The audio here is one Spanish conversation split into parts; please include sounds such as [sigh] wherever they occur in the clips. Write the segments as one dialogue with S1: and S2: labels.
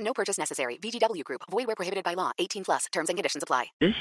S1: No purchase necessary. VGW Group. Void where prohibited by law. 18 plus. Terms and conditions apply.
S2: ¿Es?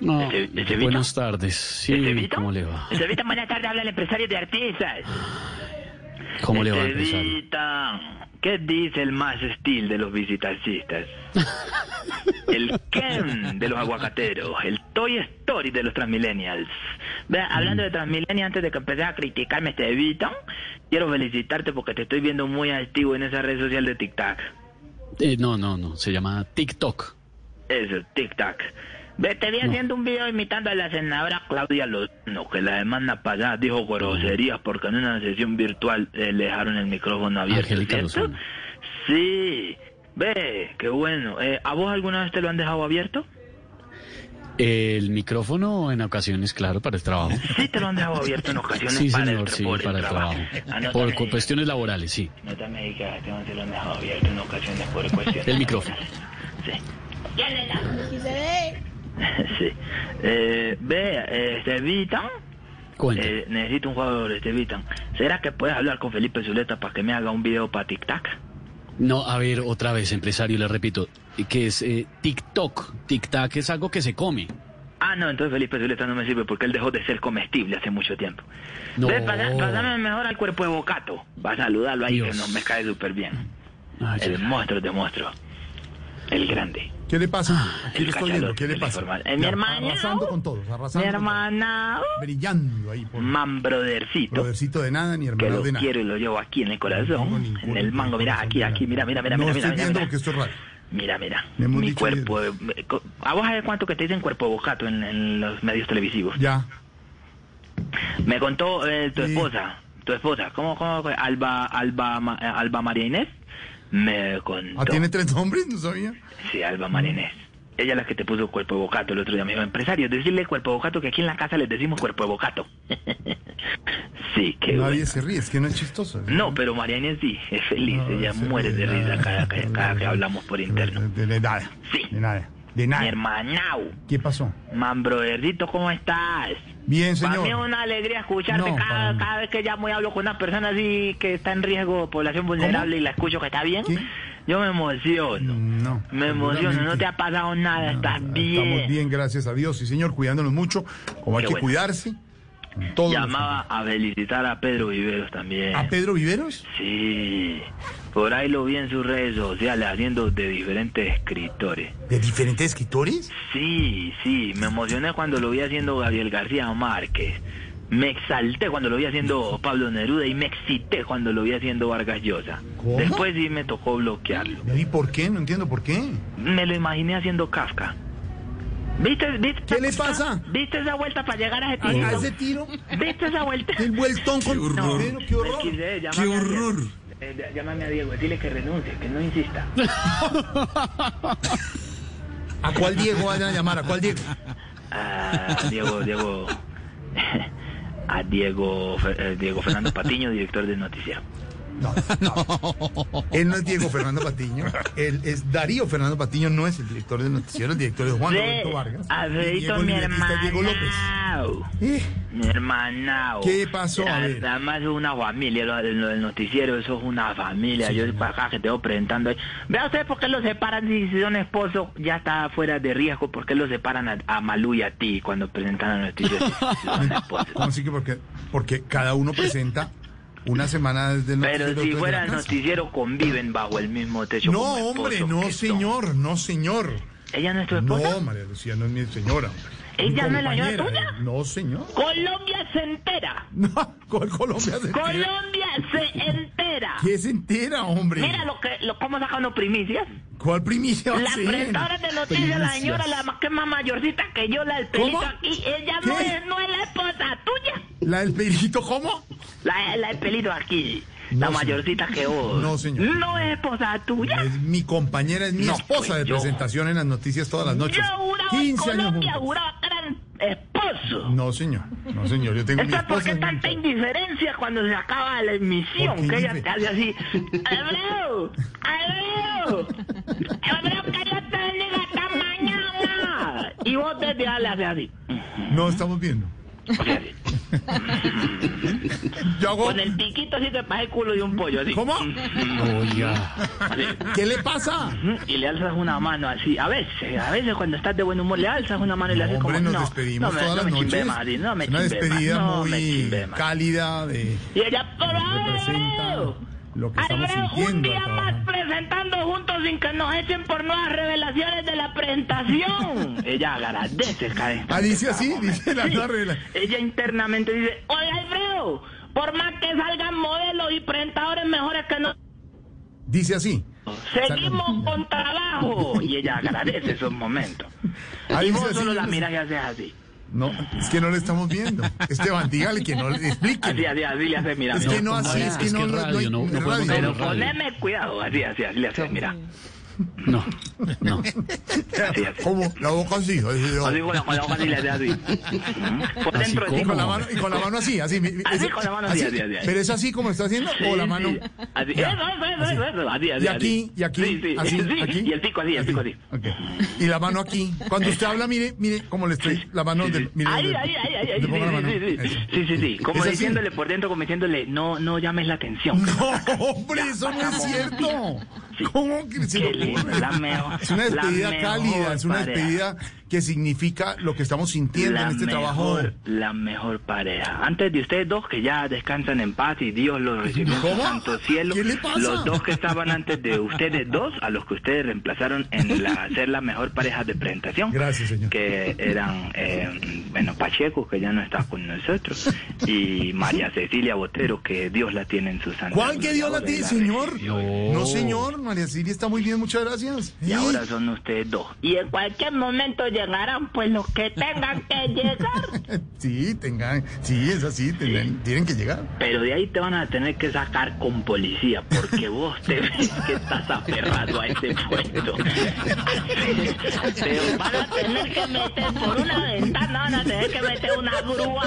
S3: No,
S2: ¿Te- te evito?
S3: buenas tardes. Sí,
S2: ¿Estevito?
S3: ¿cómo le va?
S2: Estevita, buena tarde, habla el empresario de artistas.
S3: ¿Cómo le va, empresario?
S2: Estevita, ¿qué dice el más steel de los
S3: [laughs]
S2: visitacistas? El Ken de los aguacateros, el Toy Story de los transmillennials. Vea,
S3: Mm.
S2: hablando de transmillennials, antes de que empecé a criticarme, Estevita, quiero felicitarte porque te estoy viendo muy activo en esa red social de TikTok.
S3: Eh, no, no, no, se llama TikTok.
S2: Eso, tic-tac. Ve, te vi haciendo un video imitando a la senadora Claudia Lozano, que la semana pasada dijo groserías porque en una sesión virtual eh, le dejaron el micrófono abierto,
S3: Angélica
S2: ¿cierto?
S3: Lozano.
S2: Sí. Ve, qué bueno. Eh, ¿A vos alguna vez te lo han dejado abierto?
S3: El micrófono en ocasiones, claro, para el trabajo.
S2: Sí, te lo han dejado abierto en ocasiones
S3: [laughs] Sí,
S2: para,
S3: señor,
S2: el, Ah,
S3: sí,
S2: por
S3: para el trabajo.
S2: Anótame
S3: Por
S2: ahí.
S3: cu- cuestiones laborales, sí.
S2: No te me digas, Esteban, te lo han dejado abierto en ocasiones por cuestiones.
S3: [laughs] El micrófono.
S2: laborales. Sí. [laughs] Sí. Eh, ve, eh, Estevita,
S3: Cuéntame.
S2: eh, necesito un jugador, Estevita. ¿Será que puedes hablar con Felipe Zuleta para que me haga un video para TikTok?
S3: No, a ver, otra vez, empresario, le repito, que es eh, TikTok. TikTok es algo que se come.
S2: Ah, no, entonces Felipe Zuleta no me sirve porque él dejó de ser comestible hace mucho tiempo.
S3: No.
S2: Ve, pasa- pásame mejor al cuerpo de Bocato. Va a saludarlo ahí que
S3: Dios.
S2: no me cae súper bien.
S3: Ay,
S2: El monstruo de monstruo. El grande.
S4: ¿Qué le pasa? ¿Qué
S2: Ah, el
S4: le está
S2: cachalote,
S4: oyendo? ¿Qué le
S2: el
S4: pasa?
S2: informal. Eh, mi
S4: Ya,
S2: hermano.
S4: Arrasando con todos, arrasando.
S2: Mi
S4: con
S2: hermana. uh,
S4: todos. Brillando ahí por
S2: Man brothercito.
S4: brothercito de nada ni
S2: que
S4: hermano
S2: lo
S4: de nada.
S2: quiero y lo llevo aquí en el
S4: No,
S2: corazón,
S4: ninguno,
S2: en el mango, mira,
S4: corazón,
S2: aquí, aquí, mira, mira, mira,
S4: No
S2: mira,
S4: estoy
S2: mira,
S4: viendo
S2: mira,
S4: porque esto es raro.
S2: mira, mira,
S4: Le hemos
S2: mi
S4: dicho
S2: cuerpo, eh, co- a vos sabés cuánto que te dicen cuerpo bocato en, en los medios televisivos.
S4: Ya.
S2: Me contó eh, tu
S4: Sí.
S2: esposa, tu esposa, ¿cómo, cómo, cómo? Alba, Alba, Ma- eh, Alba María Inés? Me contó,
S4: Ah, tiene Mm. tres nombres, no sabía.
S2: sí, Alba María Inés. Ella es la que te puso cuerpo bocato el otro día, me dijo, empresario, decirle cuerpo bocato que aquí en la casa les decimos cuerpo bocato. [laughs] sí, qué
S4: Nadie
S2: bueno.
S4: se ríe, es que no es chistoso.
S2: No, pero María Inés sí, es feliz,
S4: No,
S2: ella
S4: se
S2: muere de
S4: ríe,
S2: risa
S4: nada,
S2: cada, cada-
S4: no,
S2: cada que
S4: no,
S2: hablamos por
S4: no,
S2: interno.
S4: De, de nada.
S2: Sí.
S4: De nada. De
S2: Mi
S4: nada.
S2: hermanao,
S4: ¿Qué pasó?
S2: man brodercito, ¿cómo estás?
S4: Bien,
S2: Para mí es
S4: señor.
S2: una alegría escucharte
S4: No, para
S2: cada,
S4: mí.
S2: cada vez que llamo y hablo con una persona así que está en riesgo, población vulnerable y la escucho que está bien.
S4: ¿Qué?
S2: Yo me emociono.
S4: No,
S2: Me emociono, no
S4: Mm. seguramente. Ah,
S2: te ha pasado nada, estás bien.
S4: Estamos bien, gracias a Dios. Sí, señor, cuidándonos mucho. Como hay
S2: Qué
S4: que
S2: bueno.
S4: cuidarse. en Todos los
S2: Llamaba a felicitar a Pedro Viveros también.
S4: ¿A Pedro Viveros?
S2: Sí, por ahí lo vi en sus redes sociales haciendo de diferentes escritores.
S4: ¿De diferentes escritores?
S2: Sí, sí, me emocioné cuando lo vi haciendo Gabriel García Márquez. Me exalté cuando lo vi haciendo Pablo Neruda y me excité cuando lo vi haciendo Vargas Llosa.
S4: ¿Cómo?
S2: Después sí me tocó bloquearlo.
S4: ¿Y por qué? No entiendo por qué.
S2: Me lo imaginé haciendo Kafka. ¿Viste, viste
S4: ¿Qué le
S2: esa-
S4: pasa?
S2: ¿Viste esa vuelta para llegar a ese
S4: A,
S2: tiro?
S4: a ese tiro,
S2: ¿Viste esa vuelta?
S4: el vueltón con
S2: No,
S4: Pedro, Ah, qué horror.
S2: me quise, llámame a Diego. Eh, llámame a Diego, dile que renuncie, que no insista.
S4: ¿A cuál Diego van a llamar? ¿A cuál Diego?
S2: a Diego, Diego, [laughs] a Diego, Fe- eh, Diego Fernando Patiño, director del noticiero.
S4: No, no. Él no es Diego Fernando Patiño. Él es Darío Fernando Patiño, no es el director del noticiero, el director es Juan Roberto
S2: Sí,
S4: Vargas.
S2: a
S4: y
S2: Feito,
S4: Diego,
S2: mi
S4: el libretista es Diego López.
S2: hermanao.
S4: Eh,
S2: Mi hermanao.
S4: ¿Qué pasó? A ver.
S2: Además es una familia, lo, lo del noticiero, eso es una familia.
S4: Sí,
S2: Yo
S4: señor.
S2: para acá que te voy presentando ahí. Vea usted por qué los separan si son esposos, ya está fuera de riesgo, por qué los separan a, a Malú y a ti cuando presentan al
S4: [laughs]
S2: noticiero si son esposos.
S4: ¿Cómo así que porque, porque cada uno presenta una semana desde el noticiero?
S2: Pero si
S4: desde la
S2: fuera
S4: casa?
S2: noticiero conviven bajo el mismo techo.
S4: No,
S2: como esposo
S4: hombre,
S2: que
S4: no,
S2: son.
S4: señor, no, señor.
S2: ¿Ella no es tu esposa?
S4: No, María Lucía no es mi señora. hombre.
S2: ¿Ella
S4: Mi
S2: no es la señora
S4: compañera.
S2: tuya?
S4: No, señor.
S2: Colombia se entera.
S4: No, Col- Colombia se entera.
S2: Colombia se entera.
S4: ¿Qué se entera, hombre?
S2: Mira lo que, lo, cómo sacan los primicias.
S4: ¿Cuál primicia va a
S2: La
S4: ser?
S2: presentadora de noticias, la señora, la más que más mayorcita que yo, la del pelito
S4: ¿Cómo?
S2: aquí, ella no
S4: ¿Qué?
S2: es, no es la esposa tuya.
S4: ¿La del pelito cómo?
S2: La, la del pelito aquí. la
S4: No, señor.
S2: mayorcita que vos.
S4: No, señor.
S2: No es esposa tuya.
S4: Es mi compañera, es mi
S2: No,
S4: esposa
S2: pues,
S4: de
S2: yo.
S4: presentación en las noticias todas las noches.
S2: Yo juraba en
S4: 15 años
S2: Colombia,
S4: juntos.
S2: juraba que eran esposo.
S4: No, señor. No, señor. Yo tengo mi
S2: Entonces, ¿por
S4: esposa.
S2: qué
S4: y mi
S2: tanta
S4: mujer.
S2: indiferencia cuando se acaba la
S4: Porque
S2: emisión? Que ella
S4: indife-
S2: te hace así. ¡Abreu! ¡Abreu! ¡Abreu, que yo te diga hasta mañana! Y vos te le haces así.
S4: No,
S2: [laughs]
S4: estamos viendo.
S2: O sea, así.
S4: Yo hago...
S2: Con el piquito así te pasa el culo de un pollo así.
S4: ¿Cómo?
S2: Eh,
S3: Oiga.
S2: Así.
S4: ¿Qué le pasa?
S2: Mm, Y le alzas una mano así. A veces, a veces cuando estás de buen humor le alzas una mano y le
S4: No,
S2: haces como...
S4: hombre, nos
S2: no,
S4: despedimos
S2: no me- no
S4: todas las
S2: me chimbe
S4: noches.
S2: más, así, no me
S4: Una
S2: chimbe
S4: despedida
S2: más, no me
S4: muy
S2: chimbe más.
S4: cálida de...
S2: Y ella, por
S4: representa
S2: Abreu,
S4: lo que estamos
S2: Abreu, un
S4: sintiendo
S2: día
S4: acá
S2: más
S4: abajo.
S2: presentando juntos sin que nos echen por nuevas revelaciones de la presentación.
S4: [laughs]
S2: ella agradece cada instante,
S4: Ah, dice
S2: cada
S4: así,
S2: momento.
S4: dice la
S2: Sí.
S4: nueva revelación.
S2: Ella internamente dice, oye Alfredo, por más que salgan modelos y presentadores mejores que nosotros,
S4: Dice así.
S2: seguimos con trabajo. Y ella agradece esos momentos.
S4: Ah,
S2: y
S4: dice
S2: vos
S4: así,
S2: solo la
S4: dice
S2: miras y haces así.
S4: No, es que no le estamos viendo. Esteban, dígale que no le
S2: Así,
S4: explique.
S2: así, así le haces, mira.
S4: Es
S2: mira.
S4: que no así, es que
S3: es
S4: no
S3: que
S4: no- no hay-
S3: radio, no- no
S4: radio,
S3: podemos
S4: no.
S3: tener
S2: Pero poneme cuidado, así, así, así le haces, mira.
S3: No, no.
S2: Así, así.
S4: ¿Cómo? La boca así. así, yo-
S2: Así con la, con la hoja así le hace así. Por
S3: Así
S2: dentro
S3: como.
S2: así
S4: Con ¿Mm? la mano, y con la mano así, así. mi-
S2: Así,
S4: ese-
S2: con la mano así, así, así, así.
S4: Pero es así como está haciendo, o la mano.
S2: Así,
S4: Ya,
S2: eso, eso, eso, eso, eso, así, así.
S4: Y aquí,
S2: así.
S4: y aquí,
S2: Sí, sí,
S4: así,
S2: sí,
S4: aquí.
S2: Y el pico así, el pico así.
S4: Ok. Y la mano aquí. Cuando usted habla, mire, mire cómo le estoy. La mano
S2: Sí, sí.
S4: de. Mire,
S2: ahí,
S4: le-
S2: ahí, ahí, ahí,
S4: le pongo la mano.
S2: sí, sí, sí, sí,
S4: Eso.
S2: sí, sí, sí, como
S4: Es así.
S2: diciéndole por dentro, como diciéndole, no, no llames la atención.
S4: No, hombre, eso no es cierto. ¿Cómo que se
S2: Qué
S4: le
S2: lindo,
S4: ocurre?
S2: la mejor,
S4: Es una
S2: la
S4: despedida cálida,
S2: mejor
S4: es una
S2: pareja.
S4: despedida que significa lo que estamos sintiendo en este trabajo.
S2: mejor, La mejor pareja. Antes de ustedes dos que ya descansan en paz y Dios los recibió en su
S4: ¿Cómo?
S2: santo cielo.
S4: ¿Qué le pasa?
S2: Los dos que estaban antes de ustedes dos, a los que ustedes reemplazaron en la, ser la mejor pareja de presentación.
S4: Gracias, señor.
S2: Que eran, eh, bueno, Pacheco, que ya no está con nosotros, y María Cecilia Botero, que Dios la tiene en su santo
S4: ¿Cuál que Dios la tiene, señor?
S3: No.
S4: No, señor, María Silvia está muy bien, muchas gracias.
S2: Y ahora son ustedes dos. Y en cualquier momento llegarán, pues los que tengan que llegar.
S4: Eh, Sí, tengan, sí, es así, tengan- tienen que llegar.
S2: Pero de ahí te van a tener que sacar con policía, porque vos te [laughs] ves que estás aferrado a ese puesto. Te van a tener que meter por una ventana, van a tener que meter una grúa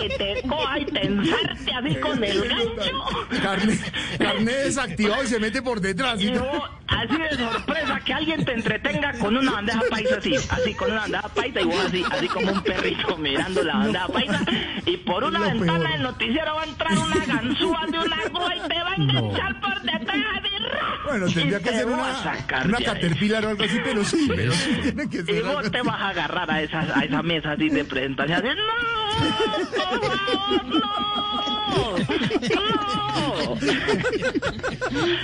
S2: que te coja y tensarte así con el gancho.
S4: Carne, carne desactivado y se mete por detrás. ¿sí?
S2: Y vos, así de sorpresa, que alguien te entretenga con una bandeja paisa así, así con una bandeja paisa y vos así, así como un perrito mirando la bandeja paisa. Y por una
S4: Lo
S2: ventana
S4: peor.
S2: del noticiero va a entrar una ganzúa de una grúa y te va a enganchar por detrás. así,
S4: Bueno,
S2: y
S4: tendría
S2: te
S4: que ser
S2: va a
S4: una,
S2: sacar
S4: una
S2: de ahí.
S4: caterpillar o algo así, pero sí, pero sí, tiene que
S2: Y
S4: ser algo
S2: vos te
S4: así.
S2: vas a agarrar a esas, a esa mesa así de presentación. así, ¡No! ¡Por favor, no! ¡No!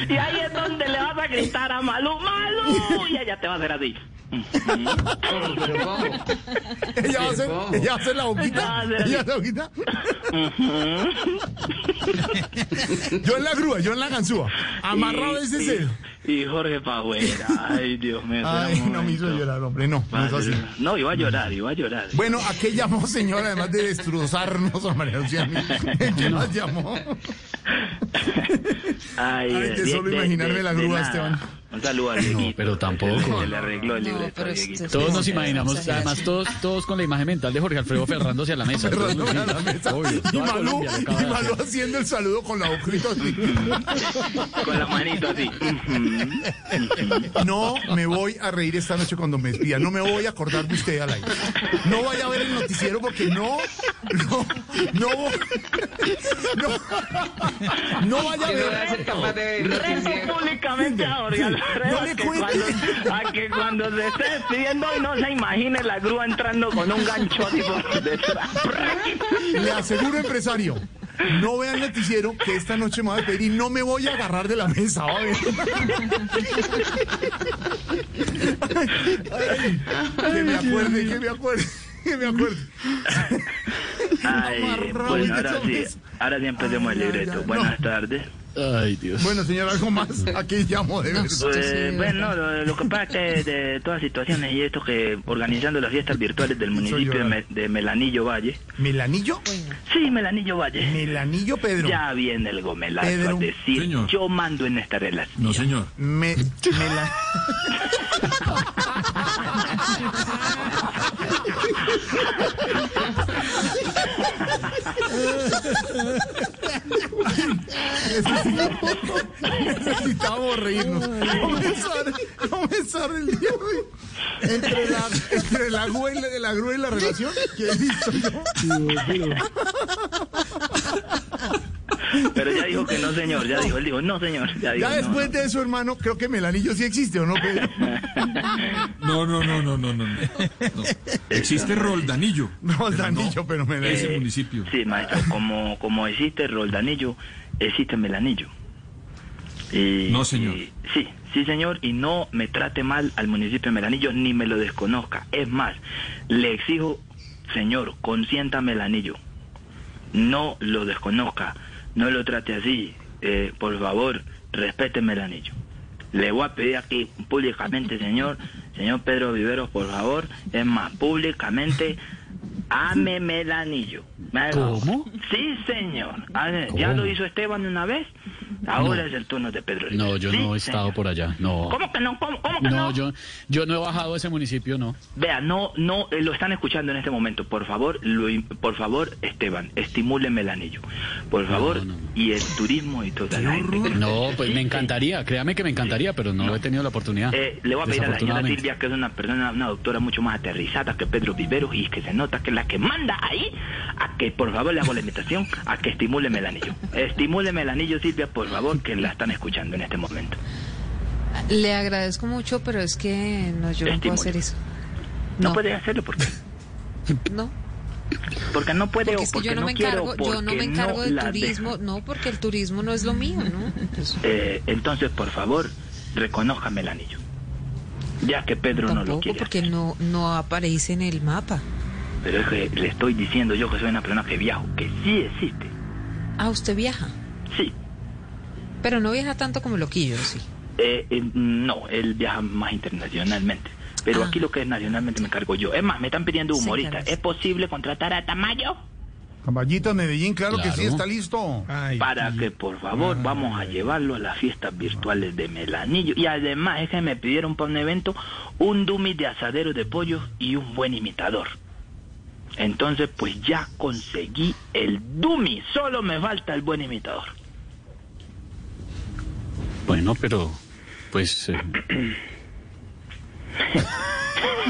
S2: Y ahí es donde le vas a gritar a Malu, Malu, y ella te va a hacer así.
S4: Ella va a hacer, ella va a hacer la
S3: [laughs]
S2: Va a
S4: boquita.
S2: hacer así.
S4: Ella hace la boquita. Yo en la grúa, yo en la ganzúa. Amarrado
S2: Y-
S4: ese
S2: y-
S4: cero.
S2: Y Jorge Pagüera. Ay, Dios mío. espera
S4: Ay,
S2: un
S4: no me hizo
S2: momento.
S4: llorar, hombre. No, no es así.
S2: Madre- No, iba a llorar, iba a llorar.
S4: Bueno, ¿a qué llamó, señor? Además de destrozarnos a María Luciana. ¿Qué más llamó?
S2: Ay,
S4: Ay, de solo imaginarme la grúa,
S2: nada.
S4: Esteban.
S2: Un saludo al Dieguito,
S3: pero
S2: que
S3: tampoco.
S2: se le- Se le arregló el
S5: No,
S2: libreto
S5: pero
S2: al
S5: este-
S2: Dieguito.
S3: Todos nos imaginamos, además todos, todos con la imagen mental de Jorge Alfredo Ferrando hacia la mesa.
S4: Ferrando
S3: Sí,
S4: a la mesa.
S3: obvio,
S4: Y
S3: toda
S4: Malú,
S3: Colombia lo acaba
S4: y
S3: de hacer.
S4: Malú haciendo el saludo con la boquita. así.
S2: Con la manito
S4: [laughs]
S2: así.
S4: No me voy a reír esta noche cuando me despida. No me voy a acordar de usted al aire. No vaya a ver el noticiero porque no, no, no, no, no vaya a ver.
S2: Reto públicamente a Jorge Alfredo
S4: No le
S2: a que
S4: cuente.
S2: cuando- a que cuando se esté despidiendo hoy no se imagine la grúa entrando con un
S4: [laughs]
S2: gancho así por detrás.
S4: Le aseguro, empresario, no vea el noticiero que esta noche me voy a despedir y no me voy a agarrar de la mesa. va a ver. Ay, que me acuerde, que me acuerde, que me acuerde.
S2: Ay,
S4: Amarrado,
S2: pues
S4: ¿qué
S2: ahora
S4: son
S2: sí,
S4: eso?
S2: ahora sí empecemos el
S4: Ay, ya,
S2: libreto.
S4: ya,
S2: Buenas
S4: no.
S2: tardes.
S3: Ay, Dios.
S4: Bueno, señor, algo más. Aquí llamo de verdad.
S2: Pues,
S5: sí, de
S2: bueno, lo, lo que pasa es que de todas situaciones y esto que organizando las fiestas virtuales del municipio de, Me- de Melanillo Valle.
S4: ¿Melanillo?
S2: Sí, Melanillo Valle.
S4: Melanillo Pedro.
S2: Ya viene el gomelazo
S4: Pedro,
S2: a decir,
S6: señor.
S2: yo mando en esta relación.
S6: No, señor.
S4: Me, mela- Necesitamos- Necesitamos reírnos. Comenzar, comenzar el día de hoy entre la, entre la, gruela, la grúa y la relación. Que he visto yo.
S2: Pero ya dijo que no, señor. Ya dijo, él dijo, no, señor. Ya, dijo,
S4: Ya
S2: no,
S4: después
S2: no. Eh,
S4: de eso, hermano, creo que Melanillo sí existe, ¿o no, Pedro?
S6: No, no, no, no, no, no. no. Existe Roldanillo.
S4: No,
S2: eh,
S4: Danillo, pero
S6: Ese
S4: Melanillo.
S6: municipio.
S2: Sí, maestro, como, como existe Roldanillo, existe Melanillo. Y-
S6: No, señor.
S2: y- sí, sí, señor, y no me trate mal al municipio de Melanillo ni me lo desconozca. Es más, le exijo, señor, consienta a Melanillo. No lo desconozca, no lo trate así. Eh, por favor, respete Melanillo. Le voy a pedir aquí públicamente, señor, señor Pedro Viveros, por favor, es más, públicamente, ame Melanillo.
S3: ¿Cómo?
S2: Sí, señor. A ver, ya
S3: ¿Cómo?
S2: lo hizo Esteban una vez, ahora es el turno de Pedro Rivera.
S3: No, yo
S2: Sí,
S3: no he
S2: señor.
S3: estado por allá. No.
S2: ¿Cómo que no? ¿Cómo, cómo que no?
S3: No, yo, yo no he bajado a ese municipio, no.
S2: Vea, no, no, eh, lo están escuchando en este momento. Por favor, lo im- por favor, Esteban, estimúleme el anillo. Por favor,
S3: no, no.
S2: y el turismo y toda la gente.
S3: No, pues
S2: Sí,
S3: me
S2: sí.
S3: encantaría, créame que me encantaría, pero no, he tenido la
S2: [laughs]
S3: oportunidad.
S2: Eh, le voy a pedir a la señora
S3: Desafortunadamente.
S2: Silvia, que es una persona, una doctora mucho más aterrizada que Pedro Viveros y que se nota que es la que manda ahí, a que por favor le hago la invitación a que estimúleme el anillo. Estimúleme el anillo, Silvia, por favor, que la están escuchando en este momento.
S5: Le agradezco mucho, pero es que no, yo no
S2: Estímulo.
S5: puedo hacer eso.
S2: No,
S5: No,
S2: puede hacerlo porque
S5: no.
S2: porque no puede
S5: Porque
S2: o
S5: es que
S2: porque
S5: yo no
S2: no,
S5: me
S2: quiero
S5: encargo,
S2: porque
S5: yo no me encargo de
S2: la
S5: turismo, no, porque el turismo no es lo mío, ¿no? Pues,
S2: dejo. Eh, entonces, por favor, reconójame el anillo. Ya que Pedro no lo
S5: tampoco,
S2: quiere.
S5: porque
S2: hacer.
S5: no, no aparece en el mapa.
S2: Pero es que le estoy diciendo yo que soy una persona que viajo, que sí existe.
S5: Ah, usted viaja,
S2: Sí.
S5: pero no viaja tanto como loquillo, sí.
S2: Eh, eh, no, él viaja más internacionalmente. Pero
S5: Ah.
S2: aquí lo que es nacionalmente me encargo yo. Es más, me están pidiendo
S5: Sí,
S2: humorista.
S5: claro.
S2: ¿Es posible contratar a Tamayo?
S4: Caballito Medellín, claro, que sí,
S3: Claro.
S4: está listo.
S2: Para que, por
S3: Ah.
S2: favor, vamos a llevarlo a las fiestas virtuales de Melanillo. Y además es que me pidieron para un evento un dummy de asadero de pollo y un buen imitador. Entonces, pues ya conseguí el dummy. Solo me falta el buen imitador.
S3: Bueno, pero pues eh,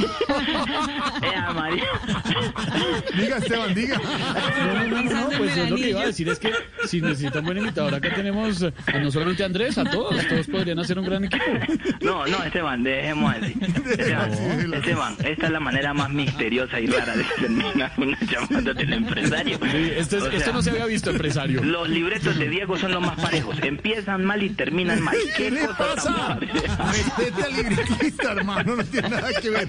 S2: Eh, María.
S4: Diga, Esteban, diga.
S3: No, no, no, no, pues yo lo que iba a decir es que si necesitan buen invitador, acá tenemos eh, no solamente a Andrés, a todos, todos podrían hacer un gran equipo.
S2: [laughs] No, no, Esteban, dejemos
S3: [laughs]
S2: así. Esteban, Esteban, esta es la manera más misteriosa y rara de terminar [laughs] una llamada
S3: [laughs]
S2: del empresario.
S3: Sí, este es-
S2: O sea,
S3: esto no se había visto, empresario.
S2: Los libretos de Diego son los más parejos. Empiezan mal y terminan mal.
S4: ¿Qué le
S2: cosa tan
S4: pasa?
S2: padre?
S4: Respete al libretista, hermano, no tiene nada que ver.